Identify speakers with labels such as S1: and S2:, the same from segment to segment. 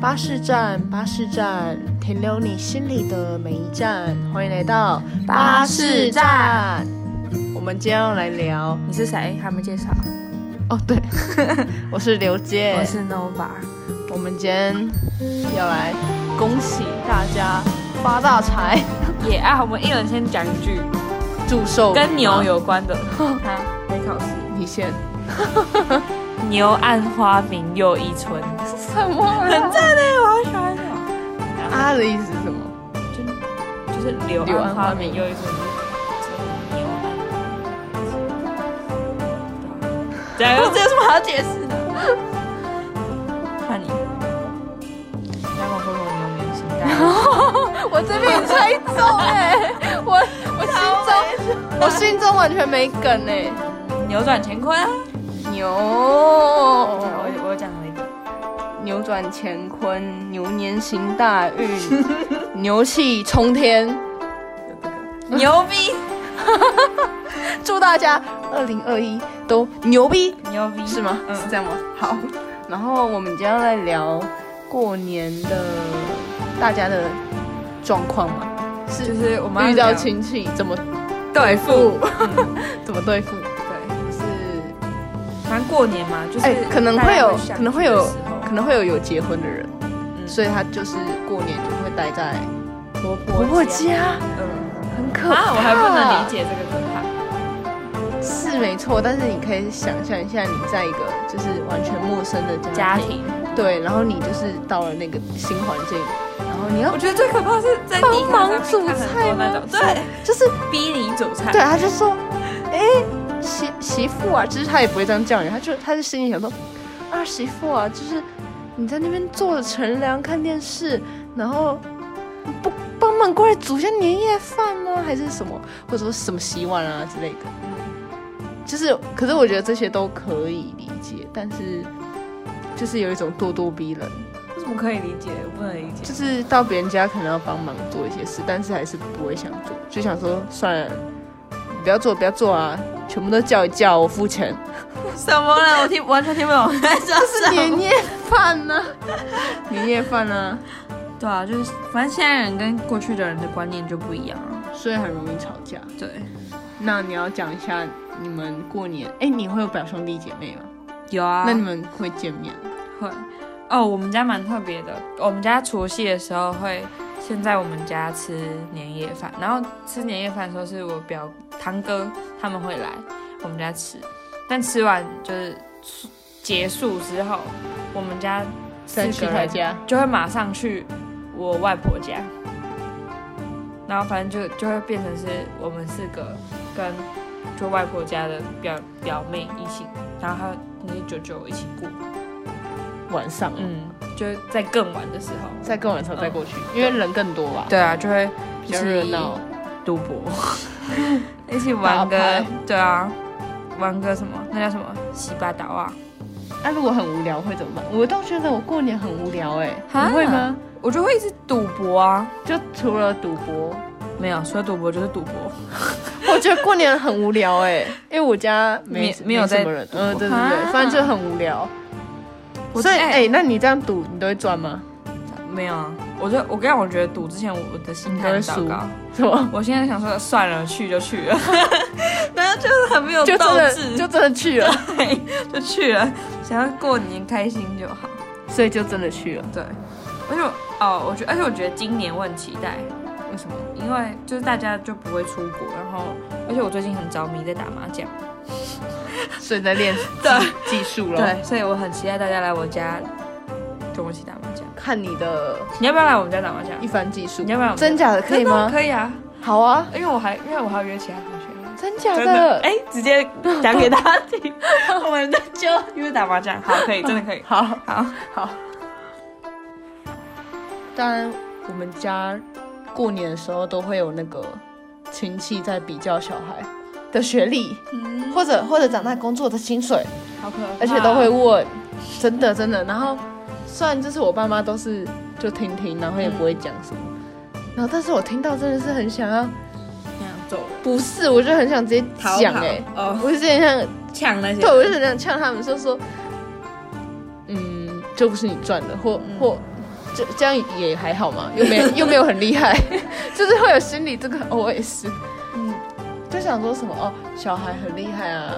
S1: 巴士站，巴士站，停留你心里的每一站。欢迎来到
S2: 巴士站。
S1: 我们今天要来聊
S2: 你是谁？还没介绍，
S1: 哦，对， 我是刘杰，
S2: 我是 Nova。
S1: 我们今天要来恭喜大家发大财，
S2: 也啊，我们一人先讲一句
S1: 祝寿
S2: 跟牛有关的。 啊，没考试。
S1: 你先
S2: 牛按花明又一村，
S1: 什么、
S2: 很 赞哎，我好喜欢这种。
S1: 啊的意思是什么？
S2: 就就是柳
S1: 柳
S2: 暗
S1: 暗
S2: 花
S1: 花
S2: 明
S1: 明
S2: 又一村。牛按花明又一村对啊这有什么好解释的？换你。你要跟我说什么牛没有情 感？
S1: 我这边猜中哎、 我我心中我心中完全没梗哎、
S2: 扭转乾坤啊！
S1: 牛，
S2: 对
S1: 哦
S2: 啊我我有讲了一个。
S1: 扭转乾坤，牛年行大运， 牛气冲天。
S2: 牛逼，
S1: 祝大家二零二一都牛逼，
S2: 牛逼
S1: 是吗？
S2: 嗯
S1: 是这样吗？好，然后我们今天要来聊过年的大家的状况嘛，
S2: 就是是我们要
S1: 遇到嗯
S2: 聊
S1: 亲戚怎么
S2: 对付，
S1: 怎么对付，
S2: 对，
S1: 就是
S2: 反正过年嘛，就是
S1: 哎、可能会有可能会有可
S2: 可
S1: 能会有有结婚的人，
S2: 嗯
S1: 所以他就是过年就会待在
S2: 婆
S1: 婆婆，家，
S2: 嗯，
S1: 很可怕。
S2: 啊，我还不能理解这个可怕，
S1: 啊是没错，但是你可以想象一下，你在一个就是完全陌生的家
S2: 家
S1: 庭，
S2: 庭，
S1: 对，然后你就是到了那个新环境，然后你要
S2: 我觉得最可怕是在地
S1: 帮忙
S2: 上面看很多那种，
S1: 煮菜吗
S2: 对，
S1: 就是
S2: 逼你煮菜，
S1: 对，他就说，哎、媳媳妇啊，就是他也不会这样叫你，他就他就心里想说，啊媳妇啊，就是你在那边坐着乘凉看电视，然后不帮忙过来煮一下年夜饭呢、还是什么，或者说什么洗碗啊之类的。
S2: 嗯，
S1: 就是，可是我觉得这些都可以理解，但是就是有一种咄咄逼人，
S2: 为什么可以理解？我不能理解
S1: 就，是到别人家可能要帮忙做一些事，但是还是不会想做，就想说算了，你不要做，不要做啊，全部都叫一叫，我付钱。
S2: 什么啦？我听完全听不懂，就 是
S1: 年夜饭
S2: 啊
S1: 呢、年夜饭呢、
S2: 对啊，就是反正现在人跟过去的人的观念就不一样了，
S1: 所以很容易吵架。
S2: 对，
S1: 那你要讲一下你们过年，哎、你会有表兄弟姐妹吗？
S2: 有啊，
S1: 那你们会见面？
S2: 会哦，我们家蛮特别的。我们家除夕的时候会先在我们家吃年夜饭，然后吃年夜饭的时候是我表堂哥他们会来我们家吃，但吃完就是结束之后，我们家四
S1: 再去
S2: 个
S1: 他
S2: 人
S1: 家，
S2: 就会马上去我外婆家，然后反正就就会变成是我们四个跟就外婆家的表表妹一起，然后还有那些舅舅一起过。
S1: 晚上、嗯。
S2: 嗯，就是在更晚的时候。
S1: 再跟晚上再过去，因为人更多吧，
S2: 嗯对啊，就会
S1: 比较热闹，，
S2: 赌 博，一起玩
S1: 打
S2: 个
S1: 牌，
S2: 对啊，玩个什么？那叫什么？洗把刀啊？
S1: 那、如果很无聊会怎么办？我倒觉得我过年很无聊哎、
S2: 哈
S1: 你会吗？
S2: 我就会一直赌博啊。
S1: 就除了赌博，
S2: 没有，说赌博就是赌博，
S1: 我觉得过年很无聊哎、因为我家没
S2: 没没有在
S1: 什么人，嗯、对对
S2: 啊
S1: 对，反正就很无聊。
S2: 我
S1: 所以哎、
S2: 哎
S1: 那你这样赌，你都会赚吗？
S2: 没有啊。我就我跟你讲，我觉得赌之前我的心态很糟
S1: 你都会
S2: 糕。
S1: 什 么？
S2: 我现在想说，算了，去就去了， 然后就是很没有
S1: 就真
S2: 斗
S1: 的
S2: 志，
S1: 就真的去了，
S2: 就去了，想要过年开心就好。
S1: 所以就真的去了。
S2: 对，而且我哦，我觉得，而且我觉得今年我很期待，
S1: 为什么？
S2: 因为就是大家就不会出国，然后而且我最近很着迷在打麻将，
S1: 所以在练
S2: 对
S1: 技术咯。，
S2: 对，所以我很期待大家来我家跟我一起打麻将。
S1: 看你的
S2: 你要不要来我们家打麻将
S1: 一？番技术
S2: 你，要不要来我们家？
S1: 真假的可以
S2: 真的
S1: 吗？
S2: 可以啊，
S1: 好啊，
S2: 因为我还因为我还要约其他同学来。
S1: 真假
S2: 真
S1: 的
S2: 的，？哎、直接讲给大家听，我们的就因为打麻将，好，可以，真的可以。
S1: 好。
S2: 好，
S1: 当然，我们家过年的时候都会有那个亲戚在比较小孩的学历，
S2: 嗯，啊
S1: 或者或者长大工作的薪水，
S2: 好可怕，
S1: 而且都会问，真的真的。然后虽然就是我爸妈都是就听听，然后也不会讲什么，
S2: 嗯
S1: 然后但是我听到真的是很想要，
S2: 那样走人，
S1: 不是，我就很想直接讲哎、欸，
S2: 哦，
S1: 我就很想，
S2: 抢那些，
S1: 对，我就很想呛他们说说，嗯，这不是你赚的，或、或这这样也还好嘛，又没 又没有很厉害，就是会有心里这个哦 OS，嗯，就想说什么哦，小孩很厉害啊，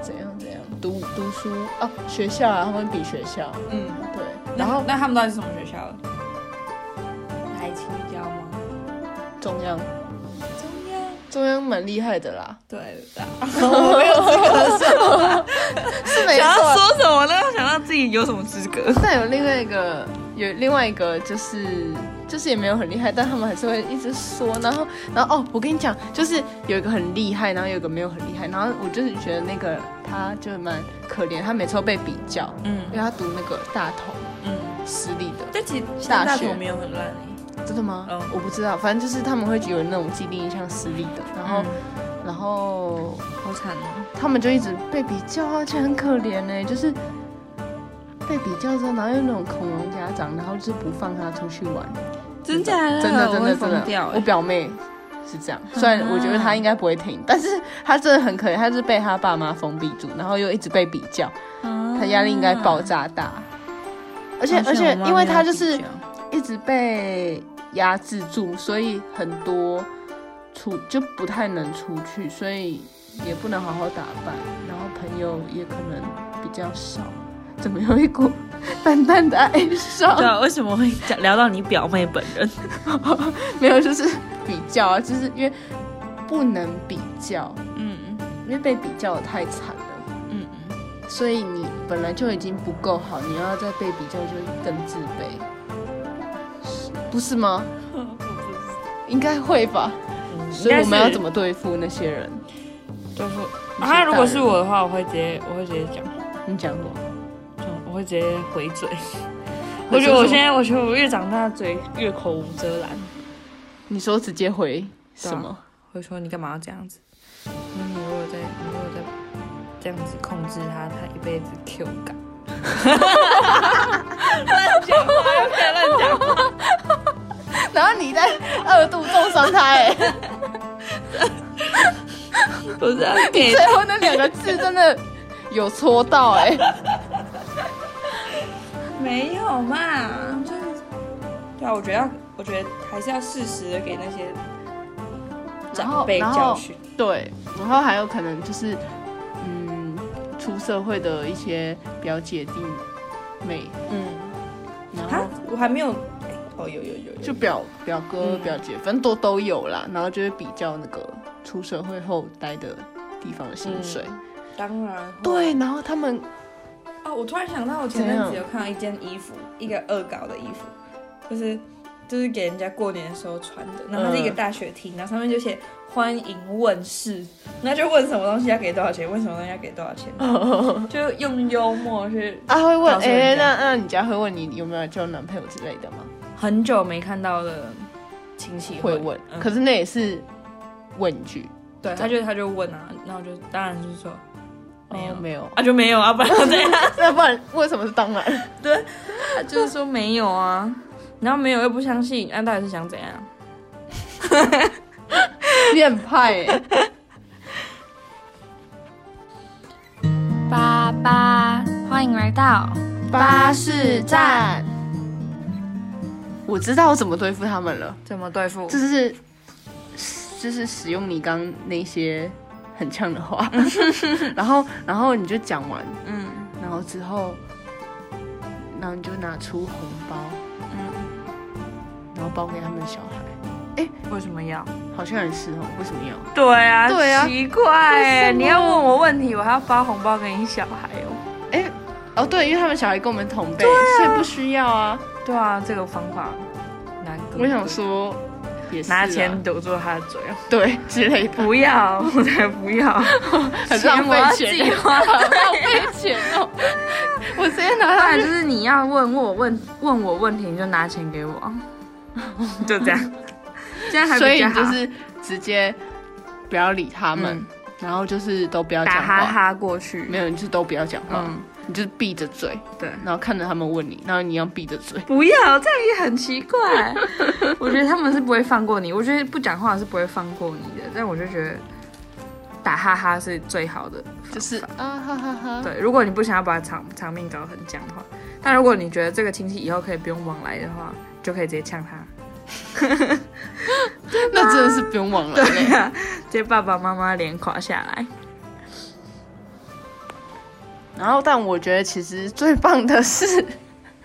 S1: 怎样怎样，读读书啊，学校啊，他们比学校，
S2: 嗯，
S1: 对，
S2: 然
S1: 然
S2: 后
S1: 后
S2: 那他们到底是什么学校的？台青交吗？
S1: 中央
S2: 中央。
S1: 中央蛮厉害的 啦，
S2: 对的，我没有资格说。
S1: 是没
S2: 想
S1: 错
S2: 要，说什么呢？想到自己有什么资格？
S1: 但有另外一个，有另外一个就是。就是也没有很厉害，但他们还是会一直说，然后，然后哦，我跟你讲，就是有一个很厉害，然后有一个没有很厉害，然后我就是觉得那个他就蛮可怜，他每次都被比较，
S2: 嗯
S1: 因为他读那个大同
S2: 嗯，
S1: 私立的，
S2: 但其实现
S1: 大
S2: 在
S1: 学
S2: 大同没有很欸烂
S1: 真的吗？
S2: 嗯
S1: 我不知道，反正就是他们会有那种既定印象私立的，然后、
S2: 嗯
S1: 然后
S2: 好惨哦。
S1: 他们就一直被比较啊，就很可怜呢、就是被比较之后，然后又那种恐龙家长，然后就是不放他出去玩，
S2: 真假的？
S1: 真的
S2: 我
S1: 真
S2: 会
S1: 的真
S2: 疯掉
S1: 的，我
S2: 欸啊
S1: 表妹。是这样，虽然我觉得她应该不会听，但是她真的很可怜，她是被她爸妈封闭住，然后又一直被比较，
S2: 啊
S1: 她压力应该爆。炸大。而
S2: 而
S1: 且而且，因为她就是 一直被压制住，所以很多出就不太能出去，所以也不能好好打扮，然后朋友也可能比较少。怎么有一股 淡淡的哀
S2: 对
S1: 伤？
S2: 啊，为什么会讲聊到你表妹本人？
S1: 没有，就是比较啊，就是因为不能比较，
S2: 嗯
S1: 因为被比较得太惨了，
S2: 嗯
S1: 所以你本来就已经不够好，你要再被比较就更自卑，不是吗？
S2: 嗯，
S1: 应该会吧。所以我们要怎么对付那些人？
S2: 就是
S1: 你是
S2: 啊？如果是
S1: 大人
S2: 我的话，我会直接我会直接讲，
S1: 你讲什么？
S2: 嗯我会直接回嘴。
S1: 回
S2: 我
S1: 嘴什么
S2: 觉得我现在，我觉得我越长大，嘴越口无遮拦。
S1: 你说直接回什么？
S2: 会说你干嘛要这样子？嗯那你如果再你如果再这样子控制他，他一辈子 Q 感。乱讲话，不要乱讲话。
S1: 然后你在二度重伤他、哎，
S2: 不是啊，给
S1: 最后那两个字真的有戳到、哎，
S2: 没有嘛？就是对啊，我觉得要，我觉得还是要适时的给那些长辈
S1: 然后
S2: 教训。
S1: 对，然后还有可能就是，嗯，出社会的一些表姐弟妹，
S2: 嗯，
S1: 然
S2: 啊
S1: 后，
S2: 我还没有。哎哦，有有有有，
S1: 就表表哥、
S2: 嗯
S1: 表姐，反正都都有啦，然后就会比较那个出社会后待的地方的薪水，
S2: 当然会
S1: 对，然后他们
S2: 哦，我突然想到，我前阵子有看到一件衣服，一个恶搞的衣服，就是就是给人家过年的时候穿的，然后它是一个大学 T，、然后上面就写欢迎问世，那就问什么东西要给多少钱，问什么东西要给多少钱，就用幽默去。
S1: 啊，会问
S2: 告诉人
S1: 哎、
S2: 家
S1: 那那你家会问你有没有交男朋友之类的吗？
S2: 很久没看到的亲戚
S1: 会问，
S2: 嗯
S1: 可是那也是问句，
S2: 对，他就他就问啊，然后就当然就是说没有、
S1: 哦没有，
S2: 啊，就没有啊，不 然这样，
S1: 那不然为什么是当然？
S2: 他就是说没有啊，然后没有又不相信，那、到底是想怎样？
S1: 你很派哎、
S3: 八八，欢迎来到。
S1: 巴士站，我知道我怎么对付他们了，
S2: 怎么对付？
S1: 就是就是使用你刚那些很呛的 话，然后然后你就讲完，
S2: 嗯。
S1: 然后之后，然后你就拿出红包，
S2: 嗯，
S1: 然后包给他们小孩，
S2: 为什么要？
S1: 好像也是哦，为什么要？
S2: 对啊，
S1: 对啊
S2: 奇怪哎、
S1: 为什么
S2: 你要问我问题，我还要发红包给你小孩哦。
S1: 哎、哦对，因为他们小孩跟我们同辈，所以不需要啊。
S2: 对啊，这个方法难哥，
S1: 我想说，也是啊
S2: 拿钱堵住他的嘴，
S1: 对之类的，
S2: 不要，我才不要，
S1: 很浪
S2: 我要
S1: 费
S2: 自
S1: 钱，
S2: 己花。
S1: 浪费钱哦。 我直接拿
S2: 不
S1: 他
S2: 然
S1: 去
S2: 就是你要问问我问问我问题，你就拿钱给我 啊，就 这样，这样还
S1: 所
S2: 比
S1: 以
S2: 较
S1: 你
S2: 好。
S1: 就是直接不要理他们，
S2: 嗯
S1: 然后就是都不要讲
S2: 打哈
S1: 话，
S2: 哈过去，
S1: 没有，你就都不要讲话，
S2: 嗯，
S1: 你就是闭着嘴，
S2: 对。
S1: 然后看着他们问你，然后你要闭着嘴。
S2: 不要，这样也很奇怪。我觉得他们是不会放过你，我觉得不讲话是不会放过你的。但我就觉得打哈哈是最好的，
S1: 就是啊哈哈哈。
S2: 对，如果你不想要把长长命搞很僵的话，但如果你觉得这个亲戚以后可以不用往来的话，就可以直接呛他。
S1: 那真的是不用往来嘞。
S2: 对啊，直接爸爸妈妈脸垮下来。
S1: 然后，但我觉得其实最棒的是，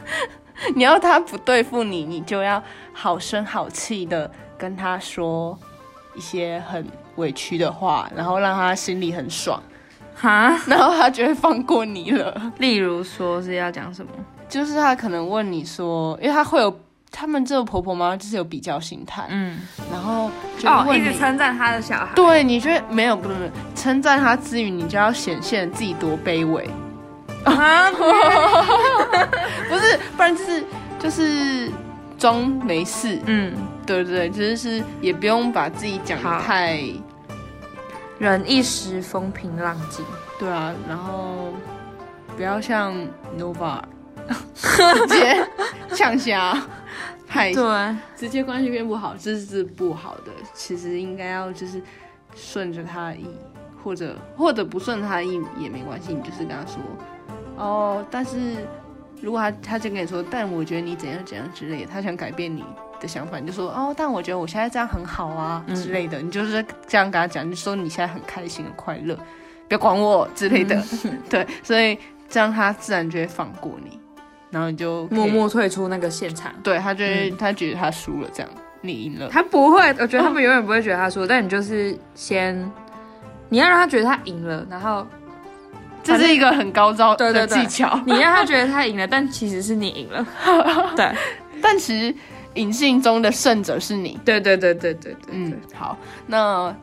S1: 你要他不对付你，你就要好声好气的跟他说一些很委屈的话，然后让他心里很爽，
S2: 哈，
S1: 然后他就会放过你了。
S2: 例如说是要讲什么？
S1: 就是他可能问你说，因为他会有他们这个婆婆妈妈就是有比较心态，
S2: 嗯，
S1: 然后就
S2: 哦，
S1: 问
S2: 一
S1: 你。
S2: 直称赞他的小孩。
S1: 对，你觉得没有不能不能称赞他之余，你就要显现自己多卑微，
S2: 啊，
S1: 不是，不然就是就是装没事，
S2: 嗯，
S1: 对不对？就是也不用把自己讲
S2: 好
S1: 的太，
S2: 忍一时风平浪静。
S1: 对啊，然后不要像 Nova 直接呛瞎，太
S2: 对，
S1: 直接关系变不好，这是不好的。其实应该要就是顺着他的意，或者或者不顺他的意也没关系，你就是跟他说，哦，但是如果他他就跟你说，但我觉得你怎样怎样之类的，他想改变你的想法，你就说，哦，但我觉得我现在这样很好啊、
S2: 嗯
S1: 之类的，你就是这样跟他讲，你说你现在很开心很快乐，不要管我之类的， 对，所以这样他自然就会放过你，然后你就可以
S2: 默默退出那个现场。
S1: 对他就会、
S2: 嗯
S1: 他觉得他输了，这样你赢了。
S2: 他不会，我觉得他们永远不会觉得他输，但你就是先，你要让他觉得他赢了，然后
S1: 这是一个很高招
S2: 对
S1: 的
S2: 对对
S1: 技巧，
S2: 你让他觉得他赢了，但其实是你赢了。 对，
S1: 但其实隐性中的胜者是你。
S2: 对对对对对对
S1: 嗯
S2: 对，，
S1: 好，那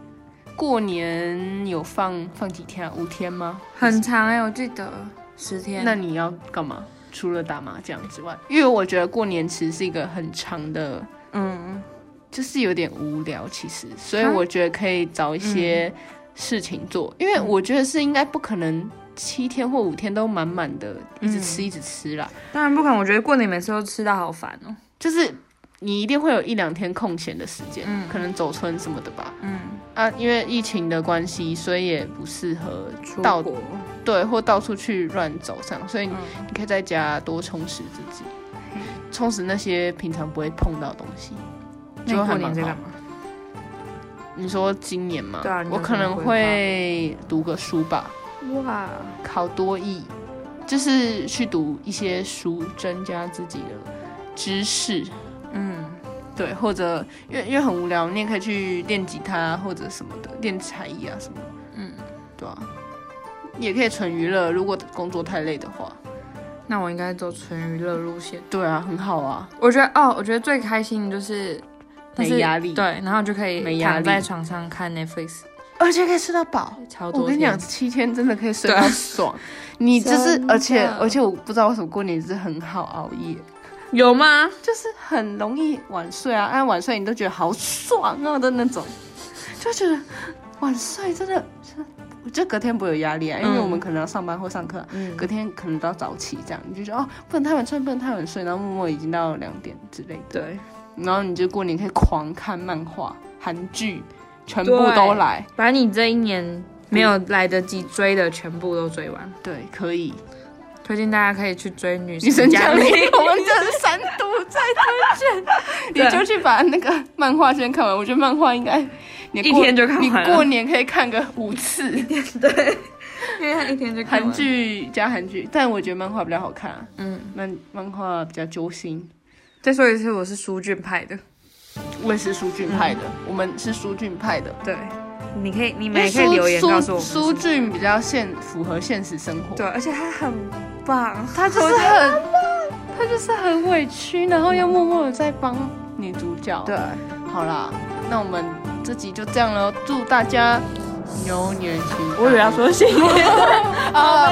S1: 过年有放放几天啊？五天吗？
S2: 很长哎、我记得十天。
S1: 那你要干嘛？除了打麻将之外，因为我觉得过年其实是一个很长的，
S2: 嗯，
S1: 就是有点无聊，其实，所以
S2: 啊
S1: 我觉得可以找一些
S2: 嗯
S1: 事情做，因为我觉得是应该不可能七天或五天都满满的，一
S2: 嗯
S1: 直吃一直吃啦，
S2: 当然不可能，我觉得过年每次都吃到好烦哦。
S1: 就是你一定会有一两天空闲的时间，
S2: 嗯
S1: 可能走村什么的吧。
S2: 嗯，
S1: 啊，因为疫情的关系，所以也不适合
S2: 出
S1: 到
S2: 国，
S1: 对或到处去乱走上，所以你
S2: 嗯
S1: 你可以在家多充实自己，充实那些平常不会碰到的东西。
S2: 那
S1: 就
S2: 你
S1: 还
S2: 过
S1: 蛮
S2: 年在
S1: 好
S2: 干嘛？
S1: 你说今年嘛，
S2: 对啊你有
S1: 我可
S2: 什么
S1: 能
S2: 规划
S1: 会读个书吧，
S2: 哇，
S1: 考多译，就是去读一些书，增加自己的知识。
S2: 嗯，
S1: 对，或者因为因为很无聊，你也可以去练吉他啊或者什么的，练才艺啊什么。
S2: 嗯，
S1: 对啊，也可以纯娱乐。如果工作太累的话，
S2: 那我应该走纯娱乐路线。
S1: 对啊，很好啊。
S2: 我觉得哦，我觉得最开心的就是但是
S1: 没压力
S2: 对，然后就可
S1: 嗯没
S2: 以
S1: 压
S2: 躺
S1: 力
S2: 在床上看 Netflix，
S1: 而且可以吃到饱。
S2: 超多。啊
S1: 我跟你讲，，七天真的可以睡到 爽。你就是
S2: 真，的
S1: 而且而且我不知道为什么过年就是很好熬夜，
S2: 有吗？
S1: 就是很容易晚睡啊。按晚睡你都觉得好爽啊的那种，就觉得晚睡真的，我就隔天不会有压力啊，因为
S2: 嗯
S1: 我们可能要上班或上课啊，
S2: 嗯，
S1: 隔天可能都要早起，这样你就觉得哦，不能太晚睡，不能太晚睡，然后默默已经到两点之类的，
S2: 对，
S1: 然后你就过年可以狂看漫画、韩剧，全部都来，
S2: 把你这一年没有来得及追的全部都追完，
S1: 对，可以。
S2: 推荐大家可以去追《女
S1: 女神
S2: 降
S1: 降
S2: 临
S1: 临》，我们这是三度在 推荐，你就去把那个漫画先看完。我觉得漫画应该你
S2: 一
S1: 过
S2: 天就看
S1: 你
S2: 完了
S1: 过年可以看个五 次，
S2: 因为他一天就看完
S1: 韩，剧加韩剧，但我觉得漫画比较好看啊、
S2: 嗯，
S1: 漫漫画比较揪心。
S2: 再说一次，我是书卷派的，
S1: 我也是书俊派的，
S2: 嗯
S1: 我们是书俊派的。
S2: 对，你可以，你
S1: 因
S2: 们
S1: 为
S2: 也可以留言告诉我们是不
S1: 苏
S2: 是。
S1: 俊比较现符合现实生活，
S2: 对，而且他很棒，
S1: 他就是很，他就是很委屈，然后又默默的在帮女主角。
S2: 对，，
S1: 好啦，那我们这集就这样了，祝大家牛年行大运！
S2: 我以为要说新年，
S1: 啊，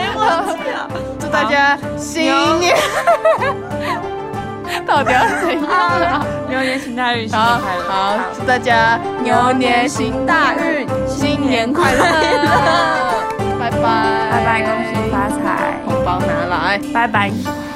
S1: 祝大家新年， 到底要怎样啊？
S2: 牛年行大运，新
S1: 好
S2: 年快乐！
S1: 好，祝大家牛年行大运，新年快乐！拜拜，
S2: 拜拜，恭喜发财，
S1: 红包拿来。
S2: 拜拜。